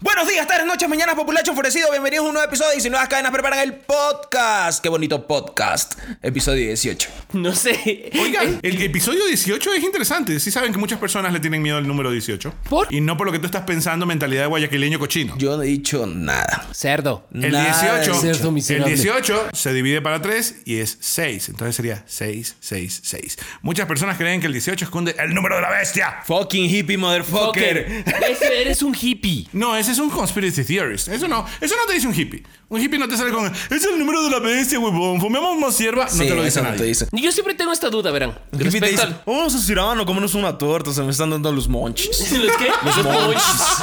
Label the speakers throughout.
Speaker 1: Buenos días, tardes, noches, mañanas, populacho enfurecido. Bienvenidos a un nuevo episodio de 19 cadenas preparan el podcast. Qué bonito podcast. Episodio 18.
Speaker 2: No sé.
Speaker 3: Oigan, el episodio 18 es interesante. Sí saben que muchas personas le tienen miedo al número 18.
Speaker 2: ¿Por?
Speaker 3: Y no por lo que tú estás pensando, mentalidad de guayaquileño cochino.
Speaker 1: Yo no he dicho nada.
Speaker 2: Cerdo.
Speaker 3: El
Speaker 1: Nada de
Speaker 3: 18,
Speaker 2: cerdo
Speaker 3: el
Speaker 2: miserable.
Speaker 3: 18 se divide para 3 y es 6. Entonces sería 6, 6, 6. Muchas personas creen que el 18 esconde el número de la bestia.
Speaker 1: Fucking hippie motherfucker.
Speaker 2: Ese eres un hippie.
Speaker 3: No, ese es un conspiracy theorist. Eso no, eso no te dice un hippie. Un hippie no te sale con es el número de la bestia, huevón. Fumemos más hierba. No
Speaker 1: Sí,
Speaker 3: te lo dice
Speaker 1: eso
Speaker 3: nadie.
Speaker 1: no te dice.
Speaker 2: Yo siempre tengo esta duda, verán.
Speaker 1: Hippie te
Speaker 2: Respecto
Speaker 1: dice, "Oh,
Speaker 2: al...
Speaker 1: vamos a Cirano, comernos una torta, se me están dando los monches.
Speaker 2: ¿Los qué? Los monchis.
Speaker 3: Pero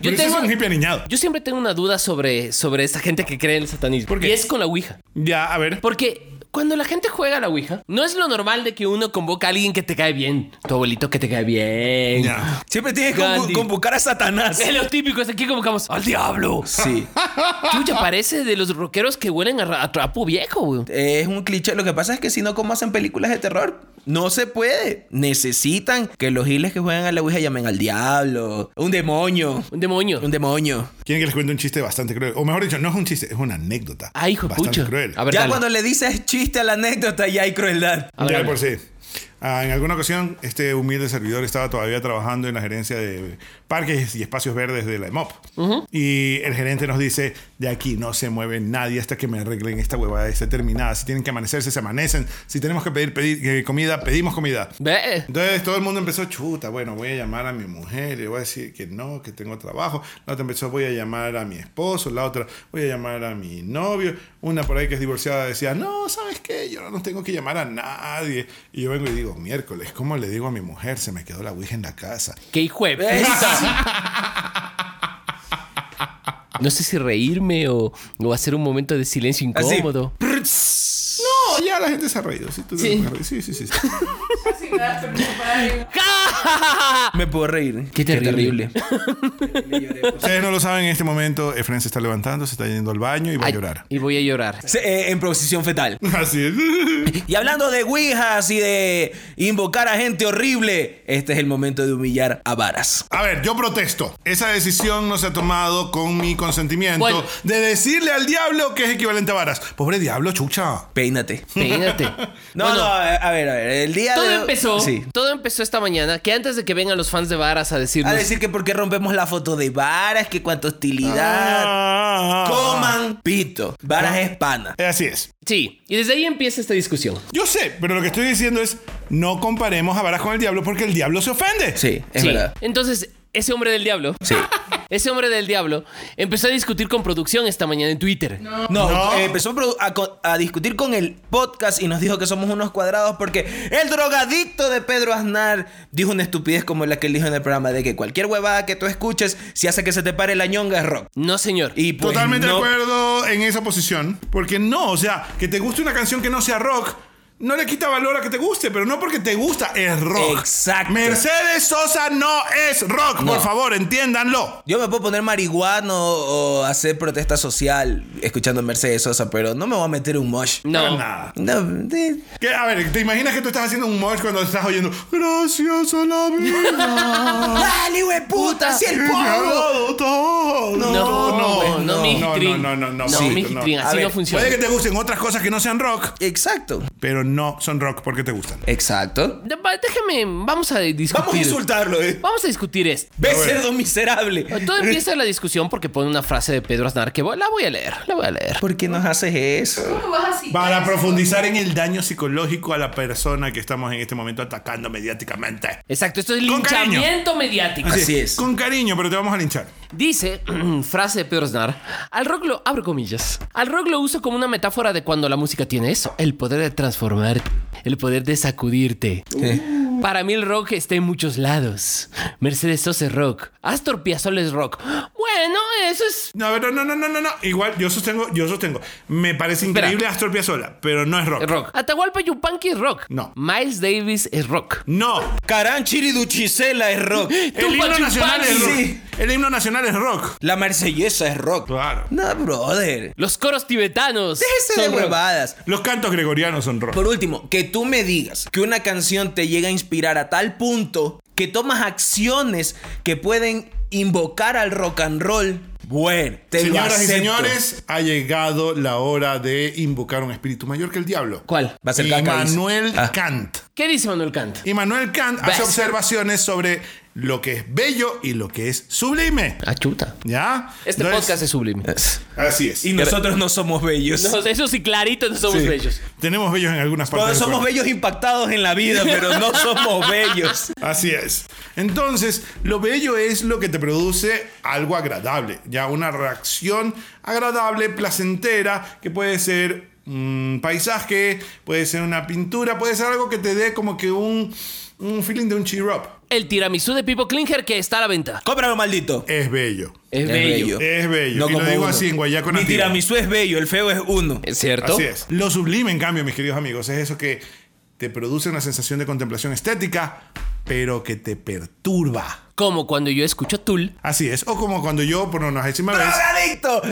Speaker 2: Yo
Speaker 3: ese
Speaker 2: tengo-
Speaker 3: es un hippie aniñado.
Speaker 2: Yo siempre tengo una duda sobre, sobre esta gente que cree en el satanismo.
Speaker 3: ¿Por qué?
Speaker 2: Y es con la Ouija.
Speaker 3: Ya, a ver.
Speaker 2: Porque cuando la gente juega a la Ouija, no es lo normal de que uno convoca a alguien que te cae bien. Tu abuelito que te cae bien.
Speaker 3: Ya.
Speaker 1: Siempre tienes que convo-
Speaker 2: Gandhi.
Speaker 1: convocar a Satanás.
Speaker 2: Es lo típico, es aquí convocamos al diablo.
Speaker 1: Sí.
Speaker 2: Chucha, parece de los rockeros que huelen a, ra- a trapo viejo, güey.
Speaker 1: Es un cliché. Lo que pasa es que si no, ¿cómo hacen películas de terror? No se puede. Necesitan que los giles que juegan a la Ouija llamen al diablo. Un demonio.
Speaker 2: Un demonio.
Speaker 1: Un demonio.
Speaker 3: Quieren que les cuente un chiste bastante cruel. O mejor dicho, no es un chiste, es una anécdota.
Speaker 2: Ay, Ah, hijo de
Speaker 3: bastante
Speaker 2: pucha.
Speaker 3: cruel.
Speaker 2: A ver,
Speaker 1: ya
Speaker 2: dale.
Speaker 1: cuando le dices chiste a la anécdota, ya hay crueldad.
Speaker 2: A ver,
Speaker 3: Ya
Speaker 2: a ver.
Speaker 3: por sí. Ah, en alguna ocasión, este humilde servidor estaba todavía trabajando en la gerencia de parques y espacios verdes de la EMOP. Y el gerente nos dice, de aquí no se mueve nadie hasta que me arreglen esta huevada, esté terminada. Si tienen que amanecerse, se amanecen. Si tenemos que pedir, pedir, eh, comida, pedimos comida.
Speaker 2: Ve.
Speaker 3: Entonces todo el mundo empezó, chuta, bueno, voy a llamar a mi mujer, le voy a decir que no, que tengo trabajo. La otra empezó, voy a llamar a mi esposo, la otra, voy a llamar a mi novio. Una por ahí que es divorciada decía, no, ¿sabes qué? Yo no tengo que llamar a nadie. Y yo vengo y digo, miércoles, ¿cómo le digo a mi mujer? Se me quedó la Ouija en la casa.
Speaker 2: Qué hijo de puta. No sé si reírme o, o hacer un momento de silencio
Speaker 1: Así.
Speaker 2: incómodo.
Speaker 3: No, ya la gente se ha reído. Sí, tú te
Speaker 2: Sí.
Speaker 3: has reído. sí, sí. sí.
Speaker 1: Me puedo reír.
Speaker 2: Qué terrible.
Speaker 3: Ustedes no lo saben, en este momento Efren se está levantando, se está yendo al baño y va
Speaker 2: Ay,
Speaker 3: a llorar.
Speaker 2: Y voy a llorar.
Speaker 1: Se- eh, en posición fetal.
Speaker 3: Así es.
Speaker 1: Y hablando de Ouijas y de invocar a gente horrible, este es el momento de humillar a varas.
Speaker 3: A ver, yo protesto. Esa decisión no se ha tomado con mi consentimiento
Speaker 2: Bueno.
Speaker 3: de decirle al diablo que es equivalente a varas. Pobre diablo, chucha.
Speaker 1: Peínate.
Speaker 2: Peínate.
Speaker 1: No,
Speaker 2: Bueno,
Speaker 1: no, a a ver, a ver. El día
Speaker 2: Todo
Speaker 1: de
Speaker 2: empezó.
Speaker 1: Sí.
Speaker 2: Todo empezó esta mañana. Que antes de que vengan los fans de Varas a decirnos.
Speaker 1: A decir que por qué rompemos la foto de varas, que cuánta hostilidad.
Speaker 2: Ah.
Speaker 3: Coman.
Speaker 1: Coman pito. Varas es pana.
Speaker 3: Así es.
Speaker 2: Sí. Y desde ahí empieza esta discusión.
Speaker 3: Yo sé, pero lo que estoy diciendo es no comparemos a varas con el diablo porque el diablo se ofende.
Speaker 1: Sí, es
Speaker 2: sí.
Speaker 1: verdad.
Speaker 2: Entonces, ese hombre del diablo. Sí. Ese hombre del diablo empezó a discutir con producción esta mañana en Twitter.
Speaker 1: No,
Speaker 3: No.
Speaker 1: eh, empezó a produ- a, co- a discutir con el podcast y nos dijo que somos unos cuadrados porque el drogadicto de Pedro Aznar dijo una estupidez como la que él dijo en el programa de que cualquier huevada que tú escuches, si hace que se te pare la ñonga es rock.
Speaker 2: No, señor.
Speaker 1: Y pues
Speaker 3: Totalmente
Speaker 1: no.
Speaker 3: de acuerdo en esa posición. Porque no, o sea, que te guste una canción que no sea rock. No le quita valor a que te guste, pero no porque te gusta, es rock.
Speaker 1: Exacto.
Speaker 3: Mercedes Sosa no es rock, por
Speaker 1: No.
Speaker 3: favor, entiéndanlo.
Speaker 1: Yo me puedo poner marihuano o hacer protesta social escuchando Mercedes Sosa, pero no me voy a meter un mosh.
Speaker 3: Para
Speaker 2: no.
Speaker 3: nada.
Speaker 1: No, de-
Speaker 3: Que, a ver, ¿te imaginas que tú estás haciendo un mosh cuando estás oyendo Gracias a la
Speaker 1: Ah.
Speaker 3: vida?
Speaker 1: ¡Dale, hueputa! ¡Si el
Speaker 3: que me ha
Speaker 1: polvo!
Speaker 3: dado todo.
Speaker 1: No,
Speaker 2: No, no, no,
Speaker 1: no,
Speaker 2: mi
Speaker 3: no,
Speaker 2: Hitrin.
Speaker 3: no, no, no,
Speaker 2: no,
Speaker 3: sí,
Speaker 2: mi
Speaker 3: no.
Speaker 2: Hitrin,
Speaker 1: A
Speaker 2: así no
Speaker 1: ver,
Speaker 2: funciona.
Speaker 3: Puede que te gusten otras cosas que no sean rock,
Speaker 1: Exacto.
Speaker 3: pero no son rock porque te gustan.
Speaker 1: Exacto.
Speaker 2: De- va- Déjame, vamos a discutir.
Speaker 1: Vamos a insultarlo, eh.
Speaker 2: Vamos a discutir esto.
Speaker 1: Ve cerdo miserable.
Speaker 2: Todo empieza la discusión porque pone una frase de Pedro Aznar que voy- la voy a leer, la voy a leer.
Speaker 1: ¿Por qué nos haces eso?
Speaker 3: Para profundizar en el daño psicológico a la persona que estamos en este momento atacando mediáticamente.
Speaker 2: Exacto, esto es
Speaker 3: Con cariño.
Speaker 2: linchamiento mediático.
Speaker 1: Así es.
Speaker 3: Con cariño, pero te vamos a linchar.
Speaker 2: Dice, frase de Pedro Aznar, al rock lo, abro comillas, al rock lo uso como una metáfora de cuando la música tiene eso, el poder de transformar, el poder de sacudirte.
Speaker 1: Eh,
Speaker 2: Para mí el rock está en muchos lados. Mercedes Sosa es rock. Astor Piazzolla es rock. Bueno, eso es...
Speaker 3: No, pero no, no, no, no, no. Igual, yo sostengo, yo sostengo. Me parece increíble Astor Piazzolla, pero no es rock.
Speaker 2: es rock. Atahualpa Yupanqui es rock.
Speaker 3: No.
Speaker 2: Miles Davis es rock.
Speaker 3: No.
Speaker 1: Carán Chiriduchicela es rock.
Speaker 3: El himno
Speaker 2: Tupac
Speaker 3: nacional es rock.
Speaker 2: Yupanqui.
Speaker 1: Sí.
Speaker 3: El himno nacional es rock.
Speaker 1: La marsellesa es rock.
Speaker 3: Claro.
Speaker 1: No, brother.
Speaker 2: Los coros tibetanos.
Speaker 1: Déjese de
Speaker 2: son rock.
Speaker 1: huevadas.
Speaker 3: Los cantos gregorianos son rock.
Speaker 1: Por último, que tú me digas que una canción te llega a inspirar a tal punto que tomas acciones que pueden invocar al rock and roll. Bueno, te lo
Speaker 3: Señoras y
Speaker 1: acepto.
Speaker 3: señores, ha llegado la hora de invocar un espíritu mayor que el diablo.
Speaker 2: ¿Cuál?
Speaker 1: Va a ser caca, dice.
Speaker 3: Immanuel
Speaker 1: Ah.
Speaker 3: Kant.
Speaker 2: ¿Qué dice Manuel Kant?
Speaker 3: Immanuel Kant
Speaker 2: Ves.
Speaker 3: hace observaciones sobre lo que es bello y lo que es sublime.
Speaker 2: Ah, chuta.
Speaker 3: ¿Ya?
Speaker 2: Este
Speaker 3: Entonces-
Speaker 2: podcast es sublime.
Speaker 3: Así es.
Speaker 1: Y nosotros no somos bellos.
Speaker 2: No, eso sí, clarito, no somos bellos.
Speaker 3: Tenemos bellos en algunas partes.
Speaker 1: Todos
Speaker 3: del
Speaker 1: somos
Speaker 3: cuerpo.
Speaker 1: bellos impactados en la vida, pero no somos bellos.
Speaker 3: Así es. Entonces, lo bello es lo que te produce algo agradable, ya una reacción agradable, placentera, que puede ser un paisaje, puede ser una pintura, puede ser algo que te dé como que un, un feeling de un cheer up.
Speaker 2: El tiramisú de Pipo Klinger que está a la venta.
Speaker 1: Cómpralo, maldito.
Speaker 3: Es bello.
Speaker 2: Es,
Speaker 1: Es
Speaker 2: bello.
Speaker 1: bello.
Speaker 3: Es bello. y lo digo
Speaker 1: uno.
Speaker 3: así en Guayaco
Speaker 1: Mi
Speaker 3: Nativo.
Speaker 1: tiramisú es bello, el feo es uno.
Speaker 2: ¿Es cierto?
Speaker 3: Así es. Lo sublime, en cambio, mis queridos amigos, es eso que te produce una sensación de contemplación estética, pero que te perturba.
Speaker 2: Como cuando yo escucho Tool.
Speaker 3: Así es. O como cuando yo, por una décima vez,
Speaker 1: ¡Drogadicto!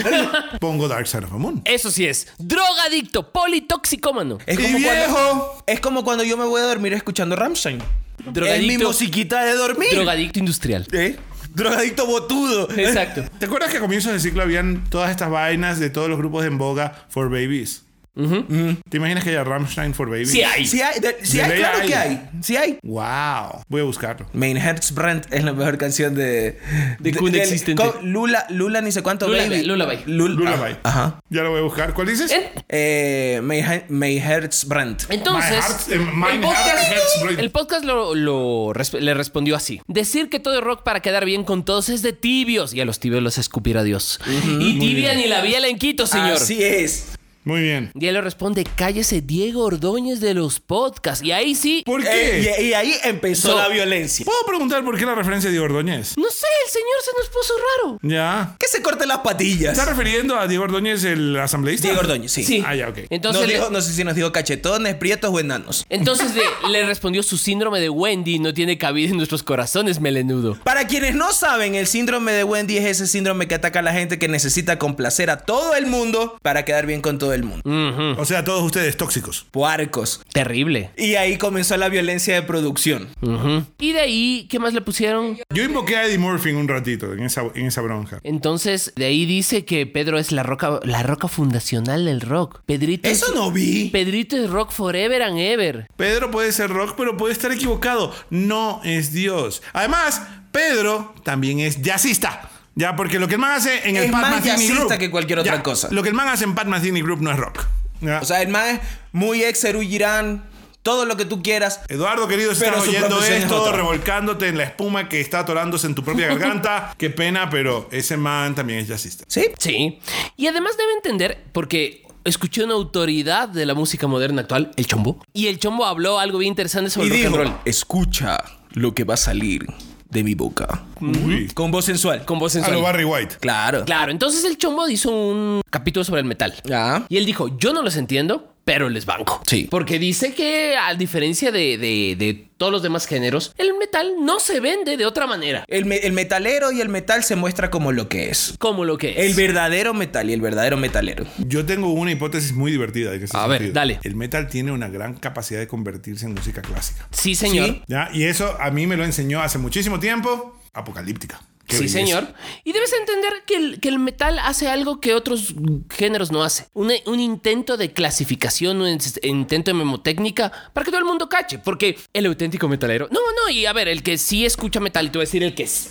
Speaker 3: pongo Dark Side of the Moon.
Speaker 2: Eso sí es. Drogadicto, politoxicómano.
Speaker 1: Es
Speaker 3: Y
Speaker 1: como, cuando,
Speaker 3: viejo.
Speaker 1: es como cuando yo me voy a dormir escuchando Rammstein. Es mi
Speaker 2: Drogadicto.
Speaker 1: musiquita de dormir.
Speaker 2: Drogadicto industrial.
Speaker 1: ¿Eh? Drogadicto botudo.
Speaker 2: Exacto.
Speaker 3: ¿Te acuerdas que a comienzos del ciclo habían todas estas vainas de todos los grupos en boga for babies? Mm. ¿Te imaginas que haya Rammstein for babies?
Speaker 2: Sí hay.
Speaker 1: Sí hay, de- sí
Speaker 3: De
Speaker 1: hay,
Speaker 3: ley
Speaker 1: claro
Speaker 3: hay.
Speaker 1: que hay. Sí hay.
Speaker 3: Wow. Voy a buscarlo.
Speaker 1: Mein Herzbrand es la mejor canción de...
Speaker 2: De Kun
Speaker 1: del-
Speaker 2: existente.
Speaker 1: co- Lula, Lula ni sé cuánto,
Speaker 2: Lullaby,
Speaker 1: baby.
Speaker 2: lullaby.
Speaker 1: Lul-
Speaker 3: Lullaby.
Speaker 1: Ajá.
Speaker 3: Ya lo voy a buscar. ¿Cuál dices?
Speaker 2: En-
Speaker 1: Eh, Mein Her- Mein Herzbrand.
Speaker 2: Entonces,
Speaker 3: My heart- eh, my
Speaker 2: el podcast,
Speaker 3: heart hurts, bro.
Speaker 2: el podcast lo, lo resp- le respondió así. Decir que todo es rock para quedar bien con todos es de tibios. Y a los tibios los escupirá Dios. Y tibia ni la vía la en Quito, señor.
Speaker 1: Así es.
Speaker 3: Muy bien.
Speaker 2: Y él le responde, cállese Diego Ordóñez de los podcasts. Y ahí sí,
Speaker 3: ¿Por qué?
Speaker 1: Eh, y, y ahí empezó
Speaker 2: So-
Speaker 1: la violencia.
Speaker 3: ¿Puedo preguntar por qué la referencia de Ordóñez?
Speaker 2: no sé, el señor se nos puso raro.
Speaker 3: Ya.
Speaker 1: Que se corten las patillas.
Speaker 3: ¿Estás refiriendo a Diego Ordóñez, el asambleísta?
Speaker 1: Diego Ordóñez, sí.
Speaker 2: Sí.
Speaker 3: Ah, ya, ok.
Speaker 2: Entonces,
Speaker 1: Nos
Speaker 2: le-
Speaker 1: dijo- no sé si nos dijo cachetones, prietos o enanos.
Speaker 2: entonces le, le respondió su síndrome de Wendy no tiene cabida en nuestros corazones, melenudo.
Speaker 1: Para quienes no saben, el síndrome de Wendy es ese síndrome que ataca a la gente que necesita complacer a todo el mundo para quedar bien con todo el mundo.
Speaker 2: Mm.
Speaker 3: O sea, todos ustedes tóxicos.
Speaker 1: Puarcos.
Speaker 2: Terrible.
Speaker 1: Y ahí comenzó la violencia de producción.
Speaker 2: Mm. Y de ahí, ¿qué más le pusieron?
Speaker 3: Yo invoqué a Eddie Murphy en un ratito en esa, en esa bronca.
Speaker 2: Entonces, de ahí dice que Pedro es la roca, la roca fundacional del rock. Pedrito
Speaker 1: Eso
Speaker 2: es,
Speaker 1: no vi.
Speaker 2: Pedrito es rock forever and ever.
Speaker 3: Pedro puede ser rock, pero puede estar equivocado. No es Dios. Además, Pedro también es jazzista. Ya, porque lo que el man hace en el
Speaker 1: Es
Speaker 3: Pat
Speaker 1: más
Speaker 3: Metheny
Speaker 1: jazzista
Speaker 3: Group.
Speaker 1: que cualquier otra
Speaker 3: Ya,
Speaker 1: cosa.
Speaker 3: Lo que el man hace en Pat Metheny Group no es rock. Ya.
Speaker 1: O sea, el man es muy ex Eru Girán, todo lo que tú quieras.
Speaker 3: Eduardo, querido, si
Speaker 1: Pero
Speaker 3: estás
Speaker 1: su
Speaker 3: oyendo
Speaker 1: profesión es
Speaker 3: esto,
Speaker 1: otra.
Speaker 3: revolcándote en la espuma que está atorándose en tu propia garganta. Qué pena, pero ese man también es jazzista.
Speaker 1: Sí.
Speaker 2: Sí. Y además debe entender, porque escuché una autoridad de la música moderna actual, el chombo. Y el chombo habló algo bien interesante sobre
Speaker 1: Y
Speaker 2: el rock
Speaker 1: dijo,
Speaker 2: and roll.
Speaker 1: escucha lo que va a salir de mi boca.
Speaker 2: Mm.
Speaker 3: Uy.
Speaker 1: Con voz sensual.
Speaker 2: Con voz
Speaker 3: A lo
Speaker 2: sensual.
Speaker 3: Barry White.
Speaker 1: Claro.
Speaker 2: Claro, entonces el chombo hizo un capítulo sobre el metal.
Speaker 1: Ah.
Speaker 2: Y él dijo, yo no los entiendo, pero les banco.
Speaker 1: Sí.
Speaker 2: Porque dice que a diferencia de, de- de todos los demás géneros, el metal no se vende de otra manera.
Speaker 1: El, me- el metalero y el metal se muestra como lo que es.
Speaker 2: Como lo que
Speaker 1: El
Speaker 2: es.
Speaker 1: verdadero metal y el verdadero metalero.
Speaker 3: Yo tengo una hipótesis muy divertida. en ese
Speaker 2: A ver,
Speaker 3: sentido.
Speaker 2: dale.
Speaker 3: El metal tiene una gran capacidad de convertirse en música clásica.
Speaker 2: sí, señor.
Speaker 1: Sí.
Speaker 3: ¿Ya? Y eso a mí me lo enseñó hace muchísimo tiempo Apocalíptica. Qué
Speaker 2: Sí,
Speaker 3: belleza.
Speaker 2: señor. Y debes entender que el, que el metal hace algo que otros géneros no hacen. Un, un intento de clasificación, un ins- intento de memotécnica para que todo el mundo cache. Porque el auténtico metalero. No, no, y a ver, el que sí escucha metal, te voy a decir el que es.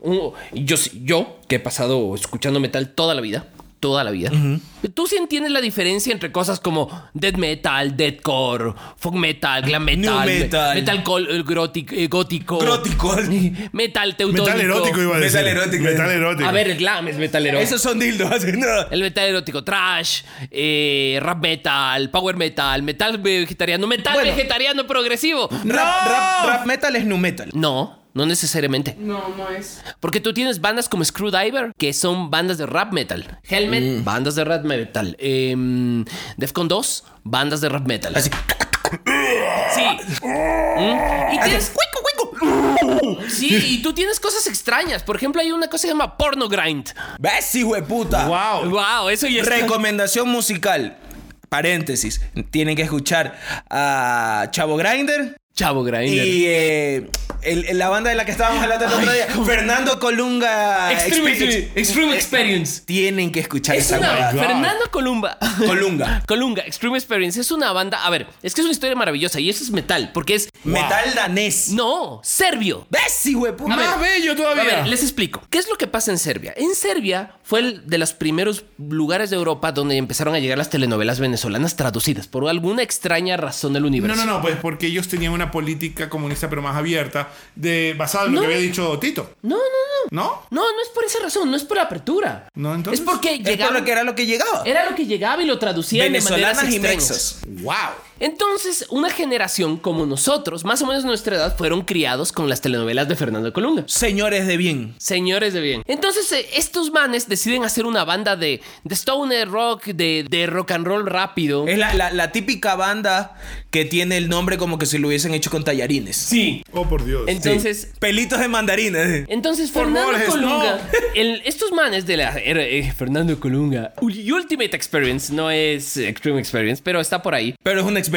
Speaker 2: Uh, yo, sí- yo, que he pasado escuchando metal toda la vida. toda la vida. Tú sí entiendes la diferencia entre cosas como death metal, deathcore, folk metal, glam metal,
Speaker 1: metal.
Speaker 2: metal col- eh, grotic- eh, gótico,
Speaker 1: Gróticos.
Speaker 2: metal teutónico.
Speaker 4: Metal erótico iba a decir.
Speaker 1: Metal erótico.
Speaker 4: Metal
Speaker 3: eh.
Speaker 4: erótico.
Speaker 2: A ver, el glam es metal erótico.
Speaker 1: Esos son dildos. así, no.
Speaker 2: El metal erótico, trash, eh, rap metal, power metal, metal vegetariano, metal
Speaker 1: Bueno.
Speaker 2: vegetariano progresivo.
Speaker 1: Rap, rap- rap metal es nu metal.
Speaker 2: No, no necesariamente.
Speaker 5: No, no es.
Speaker 2: Porque tú tienes bandas como Screwdriver, que son bandas de rap metal. Helmet, bandas de rap metal. Em, Defcon 2, bandas de rap metal.
Speaker 1: Así.
Speaker 2: Sí. ¿Mm? Y tienes. Sí, y tú tienes cosas extrañas. Por ejemplo, hay una cosa que se llama porno grind.
Speaker 1: ¿Ves, hijo de puta?
Speaker 2: Wow. Ah. Wow, eso ya es.
Speaker 1: Recomendación musical. Paréntesis. Tienen que escuchar a Chavo Grinder
Speaker 2: Chavo grinder.
Speaker 1: y eh, el- el- la banda de la que estábamos hablando el otro día, Fernando Colunga
Speaker 2: Extreme,
Speaker 1: Experience.
Speaker 2: Experience. Extreme Experience.
Speaker 1: Tienen que escuchar
Speaker 2: Es
Speaker 1: esa
Speaker 2: una,
Speaker 1: banda.
Speaker 2: Fernando Columba.
Speaker 1: Colunga.
Speaker 2: Colunga, Extreme Experience. Es una banda. A ver, es que es una historia maravillosa y eso es metal, porque es.
Speaker 1: Metal danés.
Speaker 2: No, serbio.
Speaker 1: ¿Ves, hijo de puta?
Speaker 2: A ver,
Speaker 3: Más bello
Speaker 2: A
Speaker 3: todavía.
Speaker 2: ver, les explico. ¿Qué es lo que pasa en Serbia? En Serbia fue el de los primeros lugares de Europa donde empezaron a llegar las telenovelas venezolanas traducidas por alguna extraña razón del
Speaker 3: No,
Speaker 2: universo.
Speaker 3: no, no, pues porque ellos tenían una política comunista pero más abierta, de, basada en
Speaker 2: No.
Speaker 3: lo que había dicho Tito.
Speaker 2: No, no, no.
Speaker 3: ¿No?
Speaker 2: No, no es por esa razón, no es por la apertura.
Speaker 3: No, entonces.
Speaker 2: Es porque
Speaker 1: Es por
Speaker 2: llegaba.
Speaker 1: lo que era lo que llegaba.
Speaker 2: Era lo que llegaba y lo traducían de maneras
Speaker 1: Venezolanas y
Speaker 2: extrañas.
Speaker 1: mexos.
Speaker 2: Entonces, una generación como nosotros, más o menos nuestra edad, fueron criados con las telenovelas de Fernando Colunga.
Speaker 1: Señores de bien.
Speaker 2: Señores de bien. Entonces, eh, estos manes deciden hacer una banda de, de stoner rock, de, de rock and roll rápido.
Speaker 3: Eh,
Speaker 1: Es la, la- la típica banda que tiene el nombre como que si lo hubiesen hecho con tallarines.
Speaker 2: Sí.
Speaker 3: Oh, por Dios.
Speaker 2: Entonces,
Speaker 1: Pelitos de eh. mandarines.
Speaker 2: Entonces,
Speaker 3: Por
Speaker 2: Fernando
Speaker 3: Borges,
Speaker 2: Colunga,
Speaker 3: no.
Speaker 2: el- estos manes de la era- eh, Fernando Colunga, Ul- Ultimate Experience, no es eh, Extreme Experience, pero está por ahí.
Speaker 1: Pero es una experiencia.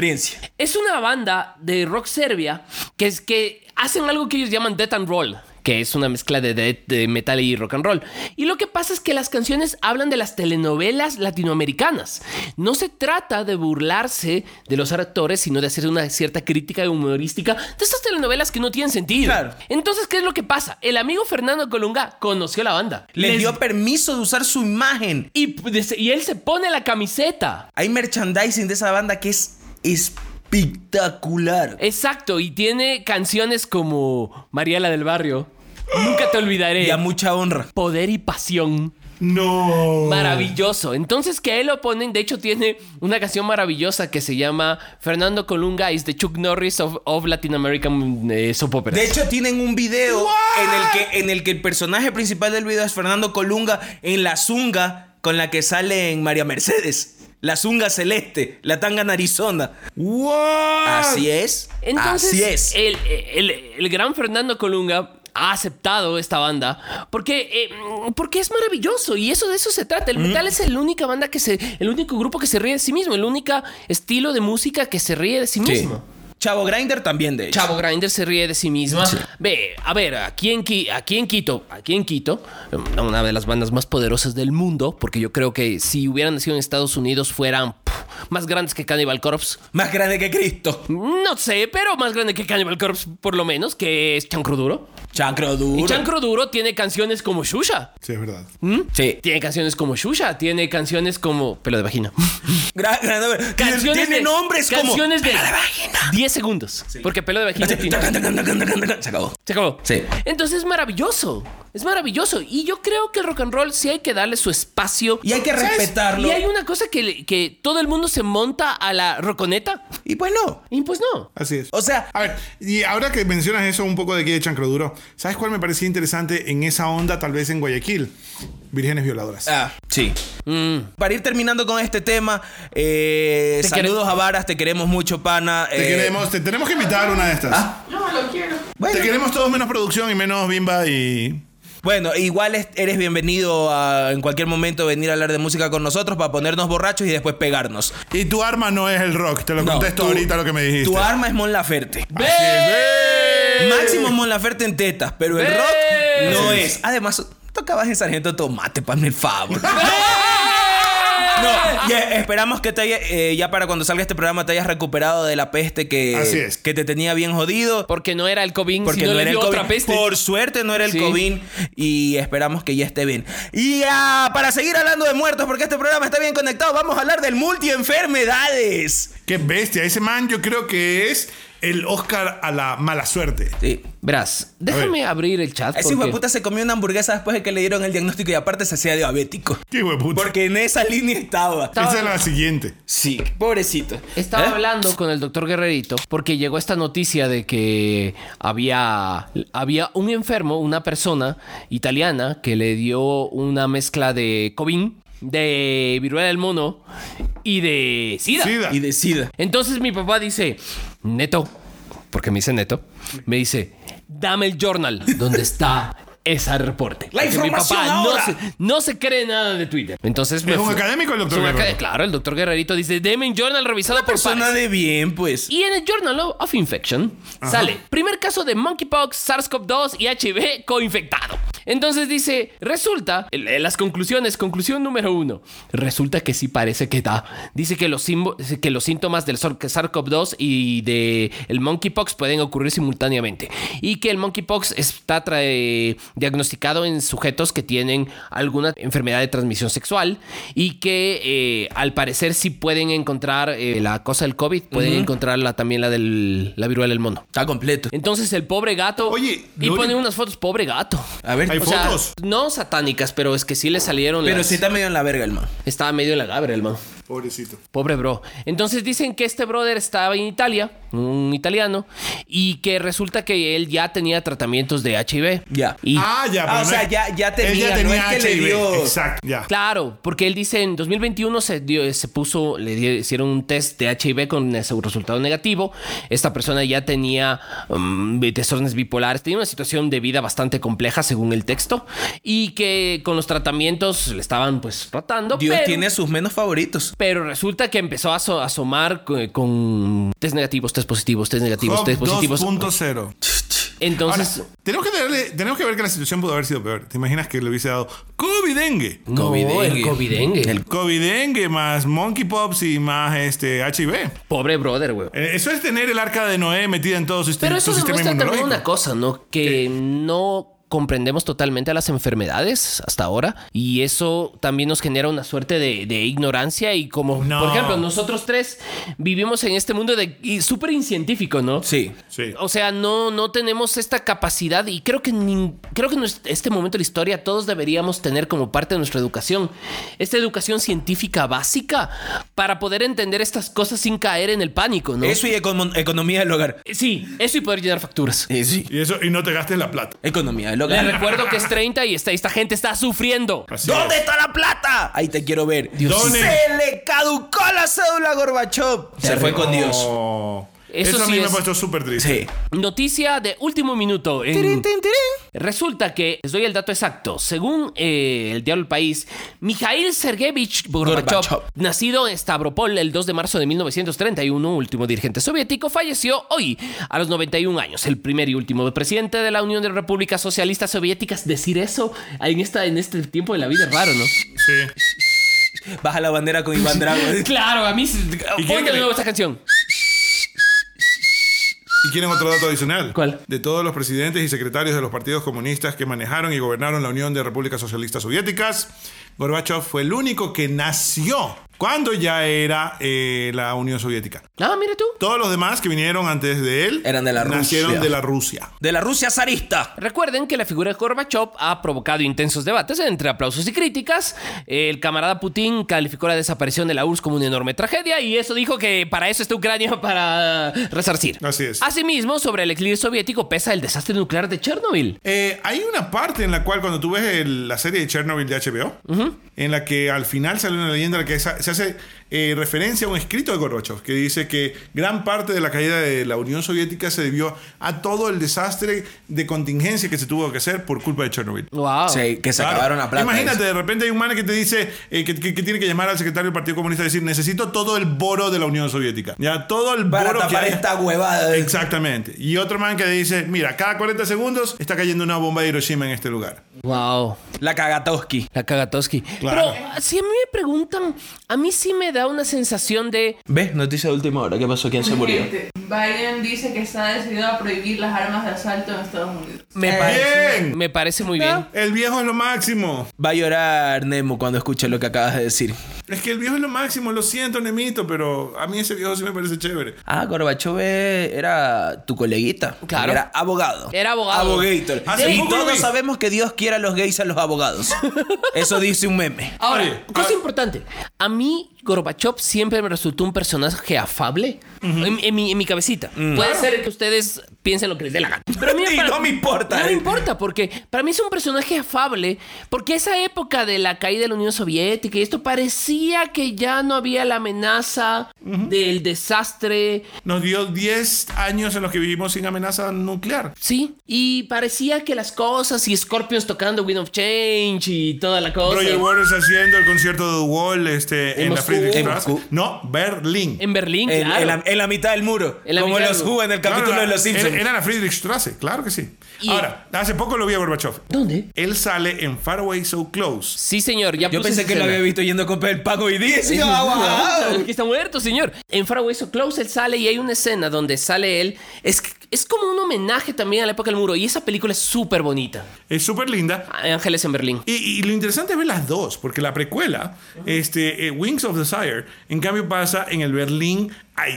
Speaker 2: Es una banda de rock serbia que es que hacen algo que ellos llaman death and roll, que es una mezcla de, death, de metal y rock and roll. Y lo que pasa es que las canciones hablan de las telenovelas latinoamericanas. No se trata de burlarse de los actores, sino de hacer una cierta crítica humorística de estas telenovelas que no tienen sentido.
Speaker 1: Claro.
Speaker 2: Entonces, ¿qué es lo que pasa? El amigo Fernando Colunga conoció la banda.
Speaker 1: Les,
Speaker 2: Les-
Speaker 1: dio permiso de usar su imagen.
Speaker 2: y, y él se pone la camiseta.
Speaker 1: Hay merchandising de esa banda que es espectacular.
Speaker 2: Exacto, y tiene canciones como Mariela del Barrio, Nunca te olvidaré,
Speaker 1: Y a mucha honra.
Speaker 2: Poder y Pasión.
Speaker 3: No.
Speaker 2: Maravilloso. Entonces que a él lo ponen, de hecho tiene una canción maravillosa que se llama Fernando Colunga is the Chuck Norris of, of Latin American eh, Soap Operas.
Speaker 1: De hecho, tienen un video en el, que, en el que el personaje principal del video es Fernando Colunga en la zunga con la que sale en María Mercedes. La zunga celeste, la tanga narizona. Así es.
Speaker 2: Entonces,
Speaker 1: así es.
Speaker 2: El, el- el gran Fernando Colunga ha aceptado esta banda porque, eh, porque es maravilloso y eso de eso se trata. El metal es el única banda que se, el único grupo que se ríe de sí mismo, el único estilo de música que se ríe de sí mismo.
Speaker 1: Chavo Grinder también, de hecho.
Speaker 2: Chavo Grinder se ríe de sí misma. Ve, a ver, aquí en, Qui- aquí en Quito, aquí en Quito, em, una de las bandas más poderosas del mundo, porque yo creo que si hubieran nacido en Estados Unidos fueran puf, más grandes que Cannibal Corpse.
Speaker 1: Más grande que Cristo.
Speaker 2: No sé, pero más grande que Cannibal Corpse, por lo menos, que es Chancro Duro.
Speaker 1: Chancro duro.
Speaker 2: Y Chancro Duro tiene canciones como Shusha.
Speaker 3: Sí, es verdad.
Speaker 1: Sí.
Speaker 2: Tiene canciones como Shusha, tiene canciones como Pelo de Vagina.
Speaker 1: Gra- gra- a ver,
Speaker 2: Canciones
Speaker 1: tiene
Speaker 2: de-
Speaker 1: nombres como.
Speaker 2: Canciones de 10 segundos. Porque Pelo de Vagina tiene-
Speaker 1: Se acabó.
Speaker 2: Se acabó.
Speaker 1: Sí.
Speaker 2: Entonces es maravilloso. Es maravilloso. Y yo creo que el rock and roll sí hay que darle su espacio.
Speaker 1: Y hay que
Speaker 2: ¿Sabes?
Speaker 1: respetarlo.
Speaker 2: Y hay una cosa que, que todo el mundo se monta a la roconeta.
Speaker 1: Y pues no.
Speaker 2: Y pues no.
Speaker 3: Así es.
Speaker 1: O sea,
Speaker 3: A ver, y ahora que mencionas eso un poco de aquí de Chancro Duro, ¿sabes cuál me parecía interesante en esa onda, tal vez en Guayaquil? Vírgenes violadoras.
Speaker 1: Ah, sí. Para ir terminando con este tema, eh,
Speaker 2: Mm. Te
Speaker 1: saludos
Speaker 2: quere-
Speaker 1: a Varas, te queremos mucho, pana.
Speaker 3: Te
Speaker 1: eh,
Speaker 3: queremos, te tenemos que invitar a una de estas.
Speaker 2: ah,
Speaker 5: No, lo quiero.
Speaker 1: Bueno,
Speaker 3: Te queremos todos menos producción y menos bimba y.
Speaker 1: bueno, igual es- eres bienvenido a en cualquier momento venir a hablar de música con nosotros para ponernos borrachos y después pegarnos.
Speaker 3: Y tu arma no es el rock, te lo
Speaker 1: No,
Speaker 3: contesto
Speaker 1: tu-
Speaker 3: ahorita lo que me dijiste.
Speaker 1: Tu arma es Mon Laferte.
Speaker 3: Así es.
Speaker 1: Máximo Mon Laferte en tetas, pero el
Speaker 2: ¡Ve!
Speaker 1: rock no
Speaker 2: Así
Speaker 1: es. Además, tocabas en Sargento Tomate, para el favor. No, ya, esperamos que te haya- eh, ya para cuando salga este programa te hayas recuperado de la peste que,
Speaker 3: Así es.
Speaker 1: que te tenía bien jodido.
Speaker 2: Porque no era el COVID,
Speaker 1: Porque
Speaker 2: sino
Speaker 1: no
Speaker 2: le
Speaker 1: era el
Speaker 2: dio
Speaker 1: COVID.
Speaker 2: otra peste.
Speaker 1: Por suerte no era el
Speaker 2: Sí.
Speaker 1: COVID y esperamos que ya esté bien. Y ah, para seguir hablando de muertos, porque este programa está bien conectado, vamos a hablar del multienfermedades.
Speaker 3: Qué bestia. Ese man yo creo que es el Oscar a la mala suerte.
Speaker 1: Sí.
Speaker 2: Verás, déjame abrir el chat.
Speaker 1: Ese hijo de
Speaker 2: porque-
Speaker 1: puta se comió una hamburguesa después de que le dieron el diagnóstico y aparte se hacía diabético.
Speaker 3: Qué hueputa.
Speaker 1: Porque en esa línea estaba.
Speaker 3: Esa es la siguiente.
Speaker 1: Sí, pobrecito.
Speaker 2: Estaba
Speaker 1: ¿Eh?
Speaker 2: hablando con el doctor Guerrerito porque llegó esta noticia de que había, había un enfermo, una persona italiana, que le dio una mezcla de COVID, de viruela del mono y de sida.
Speaker 3: Sida.
Speaker 1: Y de sida.
Speaker 2: Entonces mi papá dice, Neto, porque me dice Neto, me dice, dame el journal donde está ese reporte.
Speaker 1: La
Speaker 2: Porque mi
Speaker 1: información
Speaker 2: papá no
Speaker 1: ahora.
Speaker 2: se, no se cree nada de Twitter. Entonces me
Speaker 3: ¿Es un
Speaker 2: fui-
Speaker 3: académico el
Speaker 2: Es
Speaker 3: doctor
Speaker 2: un
Speaker 3: Guerrero?
Speaker 2: acad- Claro, el doctor Guerrerito dice, deme un journal revisado por
Speaker 1: Persona
Speaker 2: pares".
Speaker 1: de bien, pues.
Speaker 2: Y en el Journal of Infection sale primer caso de monkeypox, SARS-CoV-2 y HIV coinfectado. Entonces dice, resulta, en- en las conclusiones, conclusión número uno, resulta que sí parece que da. Dice que los, simbo- que los síntomas del sor- SARS-CoV-2 y del el monkeypox pueden ocurrir simultáneamente y que el monkeypox está trae- diagnosticado en sujetos que tienen alguna enfermedad de transmisión sexual y que eh, al parecer sí pueden encontrar eh, la cosa del COVID, pueden encontrar la- también la del la viruela del mono.
Speaker 1: Está completo.
Speaker 2: Entonces el pobre gato
Speaker 3: Oye,
Speaker 2: y
Speaker 3: lo
Speaker 2: pone
Speaker 3: único-
Speaker 2: unas fotos, pobre gato.
Speaker 1: A ver,
Speaker 3: Hay
Speaker 2: O sea,
Speaker 3: fotos.
Speaker 2: no satánicas, pero es que sí le salieron
Speaker 1: pero
Speaker 2: las-
Speaker 1: sí está medio en la verga el man.
Speaker 2: estaba medio en la gabra, el man.
Speaker 3: Pobrecito.
Speaker 2: Pobre bro. Entonces dicen que este brother estaba en Italia, un italiano, y que resulta que él ya tenía tratamientos de HIV.
Speaker 1: Ya.
Speaker 2: Y
Speaker 3: Ah, ya.
Speaker 1: Ah,
Speaker 3: pero
Speaker 1: o sea,
Speaker 3: no-
Speaker 1: ya- ya
Speaker 3: Él
Speaker 1: tenía,
Speaker 3: ya
Speaker 1: no
Speaker 3: tenía
Speaker 1: es que le
Speaker 3: HIV.
Speaker 1: dio.
Speaker 3: Exacto. Ya.
Speaker 2: claro, porque él dice en 2021 se dio, se puso, le di- hicieron un test de HIV con ese resultado negativo. Esta persona ya tenía mm, desórdenes bipolares, tenía una situación de vida bastante compleja según el texto y que con los tratamientos le estaban pues tratando.
Speaker 1: Dios
Speaker 2: pero-
Speaker 1: tiene sus menos favoritos.
Speaker 2: Pero resulta que empezó a aso- asomar co- con test negativos, test positivos, test negativos,
Speaker 3: Cop
Speaker 2: test positivos.
Speaker 3: 2.0. Ahora,
Speaker 2: Entonces,
Speaker 3: tenemos, que darle- tenemos que ver que la situación pudo haber sido peor. ¿Te imaginas que le hubiese dado COVID-dengue?
Speaker 2: no, el covidengue. El
Speaker 3: COVID-dengue más monkeypox y más este HIV.
Speaker 2: pobre brother, güey.
Speaker 3: Eh, Eso es tener el arca de Noé metida en todo su,
Speaker 2: Pero
Speaker 3: su
Speaker 2: eso
Speaker 3: sistema
Speaker 2: demuestra también
Speaker 3: inmunológico.
Speaker 2: una cosa, ¿no? Que no comprendemos totalmente a las enfermedades hasta ahora y eso también nos genera una suerte de, de ignorancia y como
Speaker 3: No.
Speaker 2: por ejemplo nosotros tres vivimos en este mundo de y súper incientífico, ¿no?
Speaker 1: Sí.
Speaker 3: Sí.
Speaker 2: O sea, no, no tenemos esta capacidad y creo que nin- creo que en este momento de la historia todos deberíamos tener como parte de nuestra educación esta educación científica básica para poder entender estas cosas sin caer en el pánico, ¿no? Eh,
Speaker 1: Eso y econo- economía del hogar.
Speaker 2: Sí, eso y poder llenar facturas.
Speaker 1: Sí, Eh, sí.
Speaker 3: Y, eso, y no te gastes la plata.
Speaker 1: Economía del
Speaker 2: Les
Speaker 1: hogar.
Speaker 2: recuerdo que es 30 y esta, esta gente está sufriendo.
Speaker 3: Así
Speaker 1: ¿Dónde
Speaker 3: es.
Speaker 1: está la plata? Ahí te quiero ver.
Speaker 3: Dios.
Speaker 1: Se
Speaker 3: Donen.
Speaker 1: le caducó la cédula a Gorbachov. Se fue con Dios.
Speaker 3: Oh.
Speaker 2: Eso
Speaker 3: Eso, a
Speaker 2: sí
Speaker 3: mí me
Speaker 2: es-
Speaker 3: ha puesto súper triste.
Speaker 1: Sí.
Speaker 2: Noticia de último minuto. en-
Speaker 1: Tirín, tin, tirín.
Speaker 2: Resulta que, les doy el dato exacto, según eh, el diario El País, Mikhail Sergeyevich Gorbachev,
Speaker 1: Gorbachev.
Speaker 2: nacido en Stavropol el 2 de marzo de 1931, último dirigente soviético, falleció hoy a los 91 años, el primer y último presidente de la Unión de Repúblicas Socialistas Soviéticas. Decir eso en, esta, en este tiempo de la vida es raro, ¿no?
Speaker 3: Sí.
Speaker 1: Baja la bandera con Iván Drago.
Speaker 2: Claro, a mí... se- Ponte
Speaker 3: que
Speaker 2: de
Speaker 3: le-
Speaker 2: nuevo esta canción.
Speaker 3: ¿Y quieren otro dato adicional?
Speaker 2: ¿Cuál?
Speaker 3: De todos los presidentes y secretarios de los partidos comunistas que manejaron y gobernaron la Unión de Repúblicas Socialistas Soviéticas, Gorbachev fue el único que nació cuando ya era eh, la Unión Soviética.
Speaker 2: Ah, mira tú.
Speaker 3: Todos los demás que vinieron antes de él
Speaker 1: Eran de la
Speaker 3: nacieron
Speaker 1: Rusia.
Speaker 3: de la Rusia.
Speaker 1: De la Rusia zarista.
Speaker 2: Recuerden que la figura de Gorbachev ha provocado intensos debates entre aplausos y críticas. El camarada Putin calificó la desaparición de la URSS como una enorme tragedia y eso dijo que para eso está Ucrania para resarcir.
Speaker 3: Así es.
Speaker 2: Asimismo, sobre el ex líder soviético pesa el desastre nuclear de Chernobyl.
Speaker 3: Eh, hay una parte en la cual cuando tú ves el- la serie de Chernobyl de HBO, en la que al final sale una leyenda que sa- se hace eh, referencia a un escrito de Gorbachev que dice que gran parte de la caída de la Unión Soviética se debió a todo el desastre de contingencia que se tuvo que hacer por culpa de Chernobyl.
Speaker 2: Wow.
Speaker 1: Sí, que se
Speaker 3: Claro.
Speaker 1: acabaron la plata.
Speaker 3: Imagínate, de repente hay un man que te dice eh, que, que- que tiene que llamar al secretario del Partido Comunista y decir: Necesito todo el boro de la Unión Soviética. Ya, todo el
Speaker 1: Para
Speaker 3: boro que
Speaker 1: tapar
Speaker 3: hay.
Speaker 1: esta huevada.
Speaker 3: Exactamente. Y otro man que dice: Mira, cada 40 segundos está cayendo una bomba de Hiroshima en este lugar.
Speaker 2: Wow.
Speaker 1: La Kagatoski.
Speaker 2: La Kagatoski.
Speaker 3: Claro.
Speaker 2: Pero si a mí me preguntan, a mí sí me da una sensación de.
Speaker 1: ¿Ves? Noticia de última hora. ¿Qué pasó? ¿Quién se murió?
Speaker 5: Gente, Biden dice que está decidido a prohibir las armas de asalto en Estados Unidos.
Speaker 2: Me,
Speaker 3: ¡Bien!
Speaker 2: me parece muy bien.
Speaker 3: El viejo es lo máximo.
Speaker 1: Va a llorar Nemo cuando escuche lo que acabas de decir.
Speaker 3: Es que el viejo es lo máximo. Lo siento, Nemito, pero a mí ese viejo sí me parece chévere.
Speaker 1: Ah, Gorbachev eh, era tu coleguita.
Speaker 2: Claro.
Speaker 1: Era abogado.
Speaker 2: Era abogado.
Speaker 1: Abogator.
Speaker 3: Hace
Speaker 1: y
Speaker 3: poco lo
Speaker 1: todos
Speaker 3: vi.
Speaker 1: sabemos que Dios quiere a los gays a los abogados. Eso dice un meme.
Speaker 2: Ahora,
Speaker 3: Oye,
Speaker 2: cosa
Speaker 3: a-
Speaker 2: importante. A mí, Gorbachev siempre me resultó un personaje afable en, en mi, en mi cabecita. Puede ser que ustedes piensen lo que les dé la gana. Pero a mí
Speaker 1: Y no me importa.
Speaker 2: No me importa, porque para mí es un personaje afable. Porque esa época de la caída de la Unión Soviética y esto parecía que ya no había la amenaza del desastre.
Speaker 3: Nos dio 10 años en los que vivimos sin amenaza nuclear.
Speaker 2: Sí, y parecía que las cosas y Scorpions tocando Wind of Change y toda la cosa.
Speaker 3: Roger Waters haciendo el concierto de The Wall este,
Speaker 2: En
Speaker 3: en, la
Speaker 2: Moscú.
Speaker 3: Friedrichstraße.
Speaker 1: En Moscú.
Speaker 3: No, Berlín.
Speaker 2: En Berlín,
Speaker 1: En,
Speaker 2: claro.
Speaker 1: en la, en la mitad del muro.
Speaker 2: En la
Speaker 1: como
Speaker 2: mitad
Speaker 1: los
Speaker 2: del-
Speaker 1: Who en el
Speaker 3: Claro,
Speaker 1: capítulo de
Speaker 3: la-
Speaker 1: los Simpsons.
Speaker 3: Era, era la Friedrichstraße, claro que sí.
Speaker 2: Y-
Speaker 3: Ahora, hace poco lo vi a Gorbachev.
Speaker 2: ¿Dónde?
Speaker 3: Él sale en Far Away So Close.
Speaker 2: Sí, señor. Ya
Speaker 1: Yo
Speaker 2: puse
Speaker 1: pensé
Speaker 2: esa
Speaker 1: que lo
Speaker 2: escena.
Speaker 1: había visto yendo a comprar el pago y dice.
Speaker 2: Es que está muerto, señor. En Faraway So Close él sale y hay una escena donde sale él. Es, es como un homenaje también a la época del muro. Y esa película es súper bonita.
Speaker 3: Es súper linda.
Speaker 2: Ángeles en Berlín.
Speaker 3: Y, y lo interesante es ver las dos, porque la precuela, este, eh, Wings of Desire, en cambio pasa en el Berlín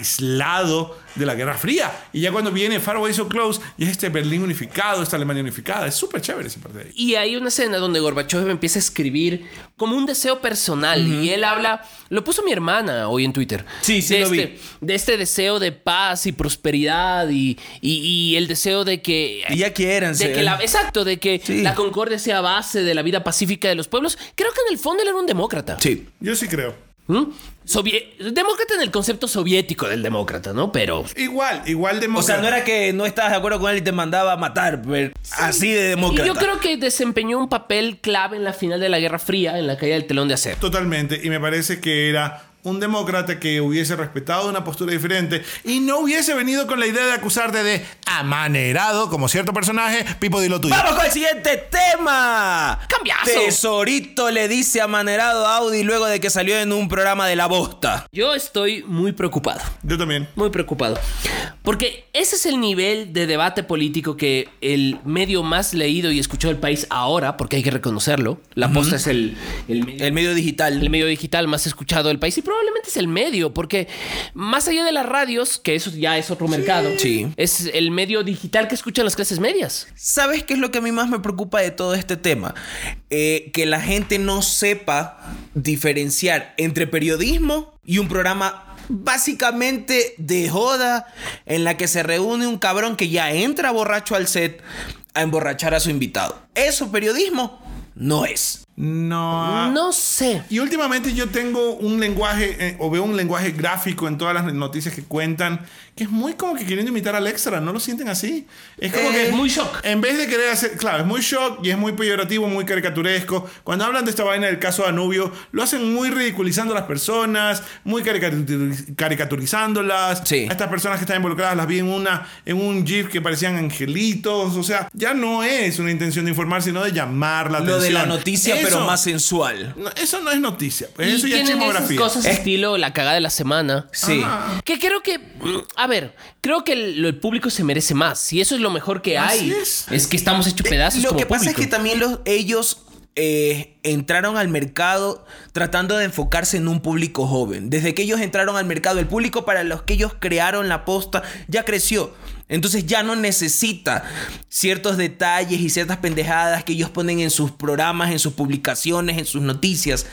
Speaker 3: aislado de la Guerra Fría. Y ya cuando viene Far Away So Close, ya es este Berlín unificado, esta Alemania unificada. Es súper chévere esa parte de ahí.
Speaker 2: Y hay una escena donde Gorbachev empieza a escribir como un deseo personal. Y él habla. Lo puso mi hermana hoy en Twitter.
Speaker 1: Sí, sí
Speaker 2: de
Speaker 1: lo vi.
Speaker 2: este, De este deseo de paz y prosperidad. Y, y- y el deseo de que.
Speaker 1: Y ya quieran.
Speaker 2: de que la, exacto, de que
Speaker 1: Sí.
Speaker 2: la concordia sea base de la vida pacífica de los pueblos. Creo que en el fondo él era un demócrata.
Speaker 1: Sí.
Speaker 3: Yo sí creo.
Speaker 2: ¿Mm? Sovie- demócrata en el concepto soviético del demócrata, ¿no? Pero
Speaker 3: Igual, igual de
Speaker 1: O sea, no era que no estabas de acuerdo con él y te mandaba a matar, pero así de
Speaker 2: y
Speaker 1: demócrata.
Speaker 2: yo creo que desempeñó un papel clave en la final de la Guerra Fría, en la caída del telón de acero.
Speaker 3: Totalmente, y me parece que era un demócrata que hubiese respetado una postura diferente y no hubiese venido con la idea de acusarte de amanerado como cierto personaje. Pipo, dilo tuyo.
Speaker 1: ¡Vamos con el siguiente tema!
Speaker 2: ¡Cambiazo!
Speaker 1: Tesorito le dice amanerado a Audi luego de que salió en un programa de la bosta.
Speaker 2: Yo estoy muy preocupado.
Speaker 3: Yo también.
Speaker 2: Muy preocupado. Porque ese es el nivel de debate político que el medio más leído y escuchado del país ahora, porque hay que reconocerlo. La posta es el, el medio
Speaker 1: El medio digital.
Speaker 2: el medio digital más escuchado del país y probablemente es el medio, porque más allá de las radios, que eso ya es otro mercado,
Speaker 1: Sí.
Speaker 2: es el medio digital que escuchan las clases medias.
Speaker 1: ¿Sabes qué es lo que a mí más me preocupa de todo este tema? Eh, que la gente no sepa diferenciar entre periodismo y un programa básicamente de joda en la que se reúne un cabrón que ya entra borracho al set a emborrachar a su invitado. Eso periodismo no es. Ah.
Speaker 3: No.
Speaker 2: No sé.
Speaker 3: Y últimamente yo tengo un lenguaje, eh, o veo un lenguaje gráfico en todas las noticias que cuentan, que es muy como que queriendo imitar al extra, ¿no lo sienten así? Es como
Speaker 1: Eh,
Speaker 3: que...
Speaker 2: es muy shock.
Speaker 3: En vez de querer hacer... Claro, es muy shock y es muy peyorativo, muy caricaturesco. Cuando hablan de esta vaina del caso Danubio, lo hacen muy ridiculizando a las personas, muy caricaturiz- caricaturizándolas.
Speaker 1: Sí.
Speaker 3: A estas personas que están involucradas las vi en, una, en un jeep que parecían angelitos. O sea, ya no es una intención de informar, sino de llamar la atención.
Speaker 1: Lo de la noticia, pero
Speaker 3: Eso-
Speaker 1: más sensual.
Speaker 3: no, eso no es noticia. pues,
Speaker 2: Y
Speaker 3: Eso ya es
Speaker 2: tienen esas
Speaker 3: chismografía.
Speaker 2: cosas
Speaker 1: Eh.
Speaker 2: estilo la cagada de la semana.
Speaker 1: Sí.
Speaker 2: Que creo que, mm, a ver, creo que el, el público se merece más. Si eso es lo mejor que
Speaker 3: Así
Speaker 2: hay,
Speaker 3: es.
Speaker 2: que estamos hechos pedazos.
Speaker 1: Eh, Lo
Speaker 2: como
Speaker 1: que pasa es
Speaker 2: público.
Speaker 1: que también los, ellos eh, entraron al mercado tratando de enfocarse en un público joven. Desde que ellos entraron al mercado, el público para los que ellos crearon la posta ya creció. Entonces ya no necesita ciertos detalles y ciertas pendejadas que ellos ponen en sus programas, en sus publicaciones, en sus noticias.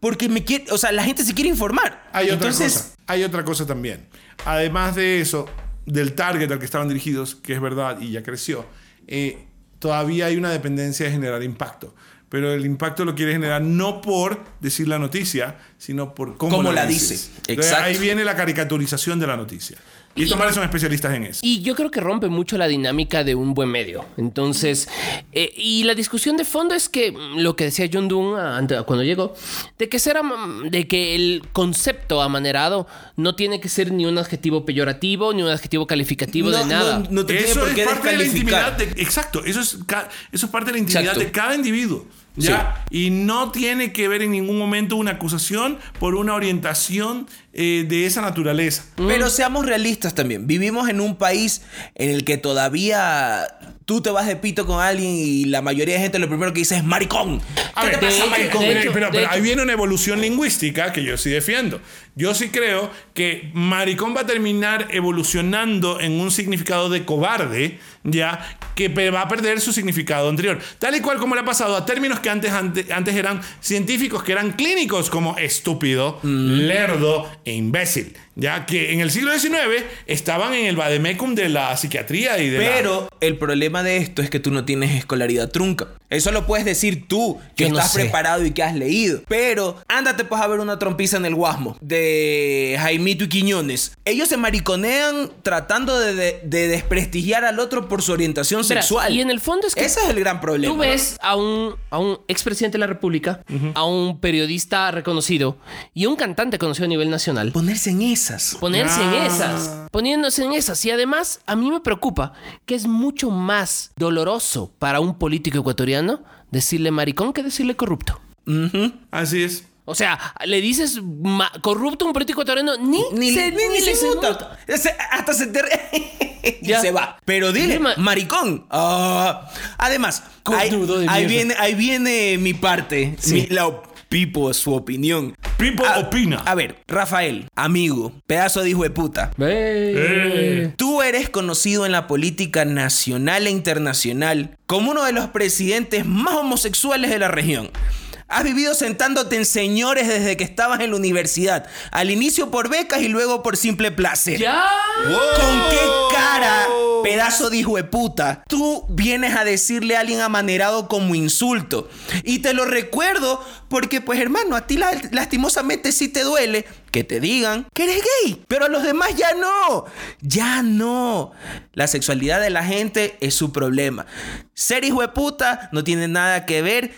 Speaker 1: Porque me quiere, o sea, la gente se quiere informar.
Speaker 3: Hay otra
Speaker 1: Entonces,
Speaker 3: cosa. Hay otra cosa también. Además de eso, del target al que estaban dirigidos, que es verdad y ya creció, eh, todavía hay una dependencia de generar impacto. Pero Pero el impacto lo quiere generar no por decir la noticia, sino por cómo,
Speaker 1: Cómo la
Speaker 3: dices.
Speaker 1: dice.
Speaker 3: Entonces,
Speaker 1: Exacto.
Speaker 3: Ahí viene la caricaturización de la noticia. Y estos manes son especialistas en eso.
Speaker 2: Y yo creo que rompe mucho la dinámica de un buen medio. Entonces, eh, y la discusión de fondo es que mm, lo que decía John Doon ah, ante- cuando llegó, de que, ser am- de que el concepto amanerado no tiene que ser ni un adjetivo peyorativo, ni un adjetivo calificativo de nada.
Speaker 1: No, te tiene
Speaker 3: eso
Speaker 1: por
Speaker 3: es
Speaker 1: qué
Speaker 3: parte de la intimidad.
Speaker 1: descalificar.
Speaker 3: de- exacto, eso es, ca- eso es parte de la intimidad
Speaker 2: Exacto.
Speaker 3: de cada individuo. ¿ya? Y no tiene que ver en ningún momento una acusación por una orientación eh, de esa naturaleza.
Speaker 2: Mm.
Speaker 1: Pero seamos realistas también. Vivimos en un país en el que todavía tú te vas de pito con alguien y la mayoría de gente lo primero que dice es maricón.
Speaker 3: A
Speaker 2: ¿Qué
Speaker 3: ver,
Speaker 2: te pasa,
Speaker 3: pero-
Speaker 2: maricón?
Speaker 3: pero-
Speaker 2: De hecho,
Speaker 3: pero
Speaker 2: de
Speaker 3: pero
Speaker 2: hecho.
Speaker 3: ahí viene una evolución lingüística que yo sí defiendo. Yo sí creo que maricón va a terminar evolucionando en un significado de cobarde, ya, que pe- va a perder su significado anterior. Tal y cual como le ha pasado a términos que antes, ante- antes eran científicos, que eran clínicos, como estúpido,
Speaker 2: Mm.
Speaker 3: lerdo e imbécil. Ya que en el siglo XIX estaban en el vademecum de la psiquiatría y de la-
Speaker 1: Pero el problema de esto es que tú no tienes escolaridad trunca. Eso lo puedes decir tú, que
Speaker 2: Yo no
Speaker 1: estás
Speaker 2: sé.
Speaker 1: preparado y que has leído. Pero ándate pues a ver una trompiza en el guasmo de Jaimito y Quiñones. Ellos se mariconean tratando de, de- de desprestigiar al otro por su orientación
Speaker 2: Verás,
Speaker 1: sexual.
Speaker 2: y en el fondo es que
Speaker 1: Ese es el gran problema.
Speaker 2: Tú ves a un, a un expresidente de la República, a un periodista reconocido y a un cantante conocido a nivel nacional
Speaker 1: Ponerse en esas.
Speaker 2: ponerse en esas, poniéndose en esas. Y además, a mí me preocupa que es mucho más doloroso para un político ecuatoriano decirle maricón que decirle corrupto.
Speaker 3: Así es.
Speaker 2: O sea, le dices ma- corrupto a un político ecuatoriano, ni,
Speaker 1: Ni,
Speaker 2: se,
Speaker 1: ni- ni
Speaker 2: ni
Speaker 1: se
Speaker 2: se
Speaker 1: muta.
Speaker 2: muta.
Speaker 1: Se- hasta se te... y
Speaker 2: Ya.
Speaker 1: se va. Pero dile,
Speaker 2: Dile, ma-
Speaker 1: maricón. Ah. además, ahí,
Speaker 2: Cornudo de
Speaker 1: ahí
Speaker 2: mierda.
Speaker 1: viene, ahí viene mi parte. Mi- la op- Pipo, su opinión.
Speaker 3: Pipo
Speaker 2: Ah.
Speaker 1: A-
Speaker 3: opina.
Speaker 1: A ver, Rafael, amigo, pedazo de hijo de puta.
Speaker 3: Eh.
Speaker 1: Tú eres conocido en la política nacional e internacional como uno de los presidentes más homosexuales de la región. Has vivido sentándote en señores desde que estabas en la universidad, al inicio por becas y luego por simple placer.
Speaker 2: Ya.
Speaker 1: ¿Con qué cara, pedazo de hijo de puta, tú vienes a decirle a alguien amanerado como insulto? Y te lo recuerdo porque, pues hermano, a ti la- lastimosamente sí te duele que te digan que eres gay, pero a los demás ya no, ya no. La sexualidad de la gente es su problema. Ser hijo de puta no tiene nada que ver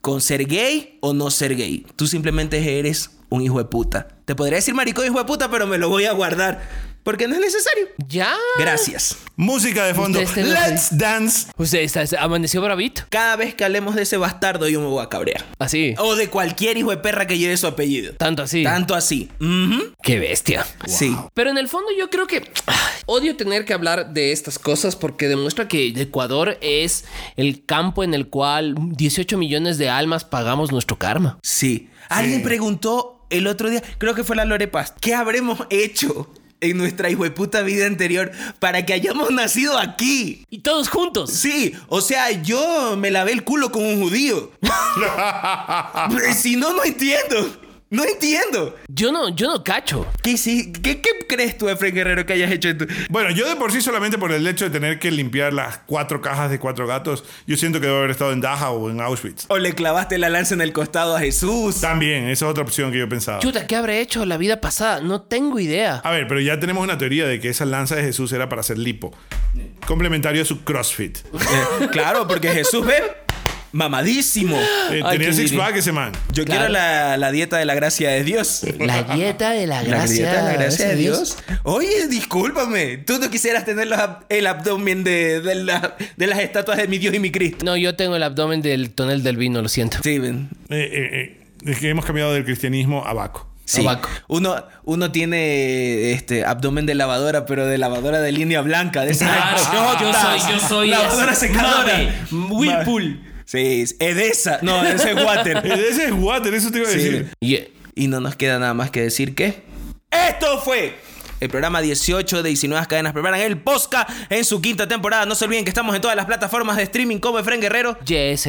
Speaker 1: con ser gay o no ser gay. Tú simplemente eres un hijo de puta. Te podría decir maricón hijo de puta, pero me lo voy a guardar. Porque no es necesario.
Speaker 2: Ya.
Speaker 1: Gracias.
Speaker 3: Música de fondo.
Speaker 2: Ustedes tengan-
Speaker 3: Let's dance.
Speaker 2: Usted está, está- amaneció bravito.
Speaker 1: Cada vez que hablemos de ese bastardo, yo me voy a cabrear.
Speaker 2: Así.
Speaker 1: O de cualquier hijo de perra que lleve su apellido.
Speaker 2: Tanto así.
Speaker 1: Tanto así. Ujú.
Speaker 2: Qué bestia.
Speaker 1: Sí.
Speaker 2: Pero en el fondo yo creo que ah, odio tener que hablar de estas cosas porque demuestra que Ecuador es el campo en el cual 18 millones de almas pagamos nuestro karma.
Speaker 1: Sí. Alguien preguntó el otro día, creo que fue la Lore Paz, ¿qué habremos hecho en nuestra hijo de puta vida anterior para que hayamos nacido aquí?
Speaker 2: Y todos juntos.
Speaker 1: Sí, o sea, yo me lavé el culo con un judío. si no, no entiendo. No entiendo.
Speaker 2: Yo no, yo no cacho.
Speaker 1: ¿Qué, sí- qué- qué crees tú, Efraín Guerrero, que hayas hecho en tu...
Speaker 3: Bueno, yo de por sí solamente por el hecho de tener que limpiar las cuatro cajas de cuatro gatos, yo siento que debo haber estado en Dachau o en Auschwitz.
Speaker 1: O le clavaste la lanza en el costado a Jesús.
Speaker 3: También, esa es otra opción que yo pensaba.
Speaker 1: Ah.
Speaker 2: Chuta, ¿qué habré hecho la vida pasada? No tengo idea.
Speaker 3: A ver, pero ya tenemos una teoría de que esa lanza de Jesús era para hacer lipo. Complementario a su CrossFit. Eh,
Speaker 1: Eh, claro, porque Jesús ve mamadísimo.
Speaker 3: tenía
Speaker 2: qué
Speaker 3: six
Speaker 2: lindo.
Speaker 3: pack ese man.
Speaker 1: Yo
Speaker 2: Claro.
Speaker 1: quiero la, la dieta de la gracia de Dios.
Speaker 2: La dieta de la
Speaker 1: La
Speaker 2: gracia.
Speaker 1: dieta de la gracia de Dios. Oye, discúlpame. Tú no quisieras tener los ab- el abdomen de, de la- de las estatuas de mi Dios y mi Cristo.
Speaker 2: No, yo tengo el abdomen del tonel del vino, lo siento.
Speaker 1: Steven.
Speaker 3: Eh, eh, eh, es que hemos cambiado del cristianismo a Baco.
Speaker 1: Sí.
Speaker 2: Abaco.
Speaker 1: Uno, uno tiene este abdomen de lavadora, pero de lavadora de línea blanca. De esas
Speaker 2: Claro, yo
Speaker 1: chotas.
Speaker 2: soy- yo soy
Speaker 1: Lavadora
Speaker 2: esa.
Speaker 1: secadora.
Speaker 2: Mame.
Speaker 1: Whirlpool. Sí, es Edesa. No, ese es water.
Speaker 3: Eh, Ese es water, eso te iba a
Speaker 1: Sí.
Speaker 3: decir.
Speaker 2: Y
Speaker 1: Y no nos queda nada más que decir que esto fue el programa 18 de 19 cadenas preparan el Posca en su quinta temporada. No se olviden que estamos en todas las plataformas de streaming como Efren Guerrero.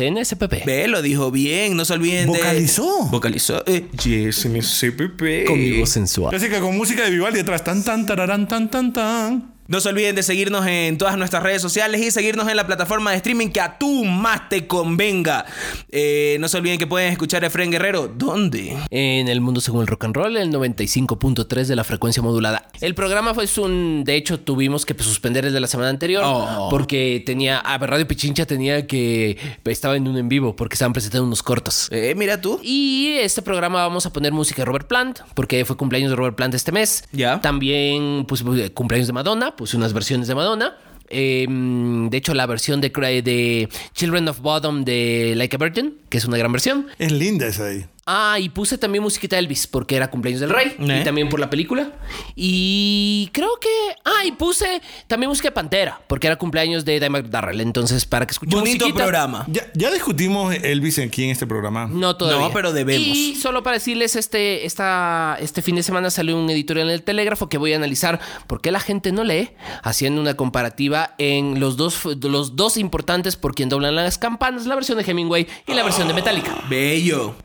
Speaker 2: YSNSPP.
Speaker 1: Ve, lo dijo bien, no se olviden de...
Speaker 3: Vocalizó.
Speaker 1: Vocalizó. eh, Vocalizó. Yes, CPP.
Speaker 2: sensual.
Speaker 3: Clásica con música de Vivaldi atrás. Tan, tan, tararán, tan, tan, tan.
Speaker 1: No se olviden de seguirnos en todas nuestras redes sociales y seguirnos en la plataforma de streaming que a tú más te convenga. Eh, no se olviden que pueden escuchar a Efren Guerrero. ¿Dónde?
Speaker 2: En el mundo según el rock and roll, el 95.3 de la frecuencia modulada. El programa fue un. De hecho, tuvimos que suspender el de la semana anterior
Speaker 1: Oh.
Speaker 2: porque tenía. A ver, Radio Pichincha tenía que. Estaba en un en vivo porque estaban presentando unos cortos.
Speaker 1: Eh, mira tú.
Speaker 2: Y este programa vamos a poner música de Robert Plant, porque fue cumpleaños de Robert Plant este mes.
Speaker 1: Ya.
Speaker 2: También puse puse cumpleaños de Madonna, puse unas versiones de Madonna. Eh, de hecho, la versión de, Cry- de Children of Bottom de Like a Virgin, que es una gran versión.
Speaker 3: Es linda esa ahí.
Speaker 2: Ah, y puse también musiquita de Elvis porque era cumpleaños del rey
Speaker 1: Eh.
Speaker 2: y también por la película. Y creo que. Ah, y puse también música de Pantera porque era cumpleaños de Dimebag Darrell. Entonces, para que escuchen
Speaker 1: Bonito
Speaker 2: musiquita-
Speaker 1: programa.
Speaker 3: Ya, ya discutimos Elvis aquí en este programa.
Speaker 2: No todavía.
Speaker 1: No, pero debemos.
Speaker 2: Y solo para decirles, este, esta, este fin de semana salió un editorial en el Telégrafo que voy a analizar por qué la gente no lee, haciendo una comparativa en los dos, los dos importantes por quien doblan las campanas, la versión de Hemingway y la versión de Metallica.
Speaker 1: Bello.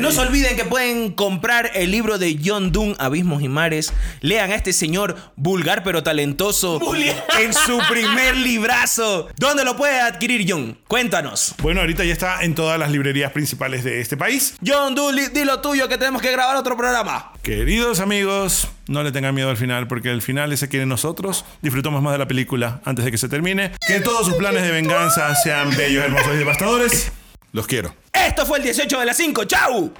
Speaker 1: No se olviden que pueden comprar el libro de John Doon, Abismos y Mares. Lean a este señor vulgar pero talentoso en su primer librazo. ¿Dónde lo puede adquirir John? Cuéntanos.
Speaker 3: Bueno, ahorita ya está en todas las librerías principales de este país.
Speaker 1: John Doon, li- di lo tuyo que tenemos que grabar otro programa.
Speaker 3: Queridos amigos, no le tengan miedo al final, porque el final ese que nosotros disfrutamos más de la película antes de que se termine. Que todos sus planes de venganza sean bellos, hermosos y devastadores. Los quiero.
Speaker 1: Esto fue el 18 de las 5. ¡Chau!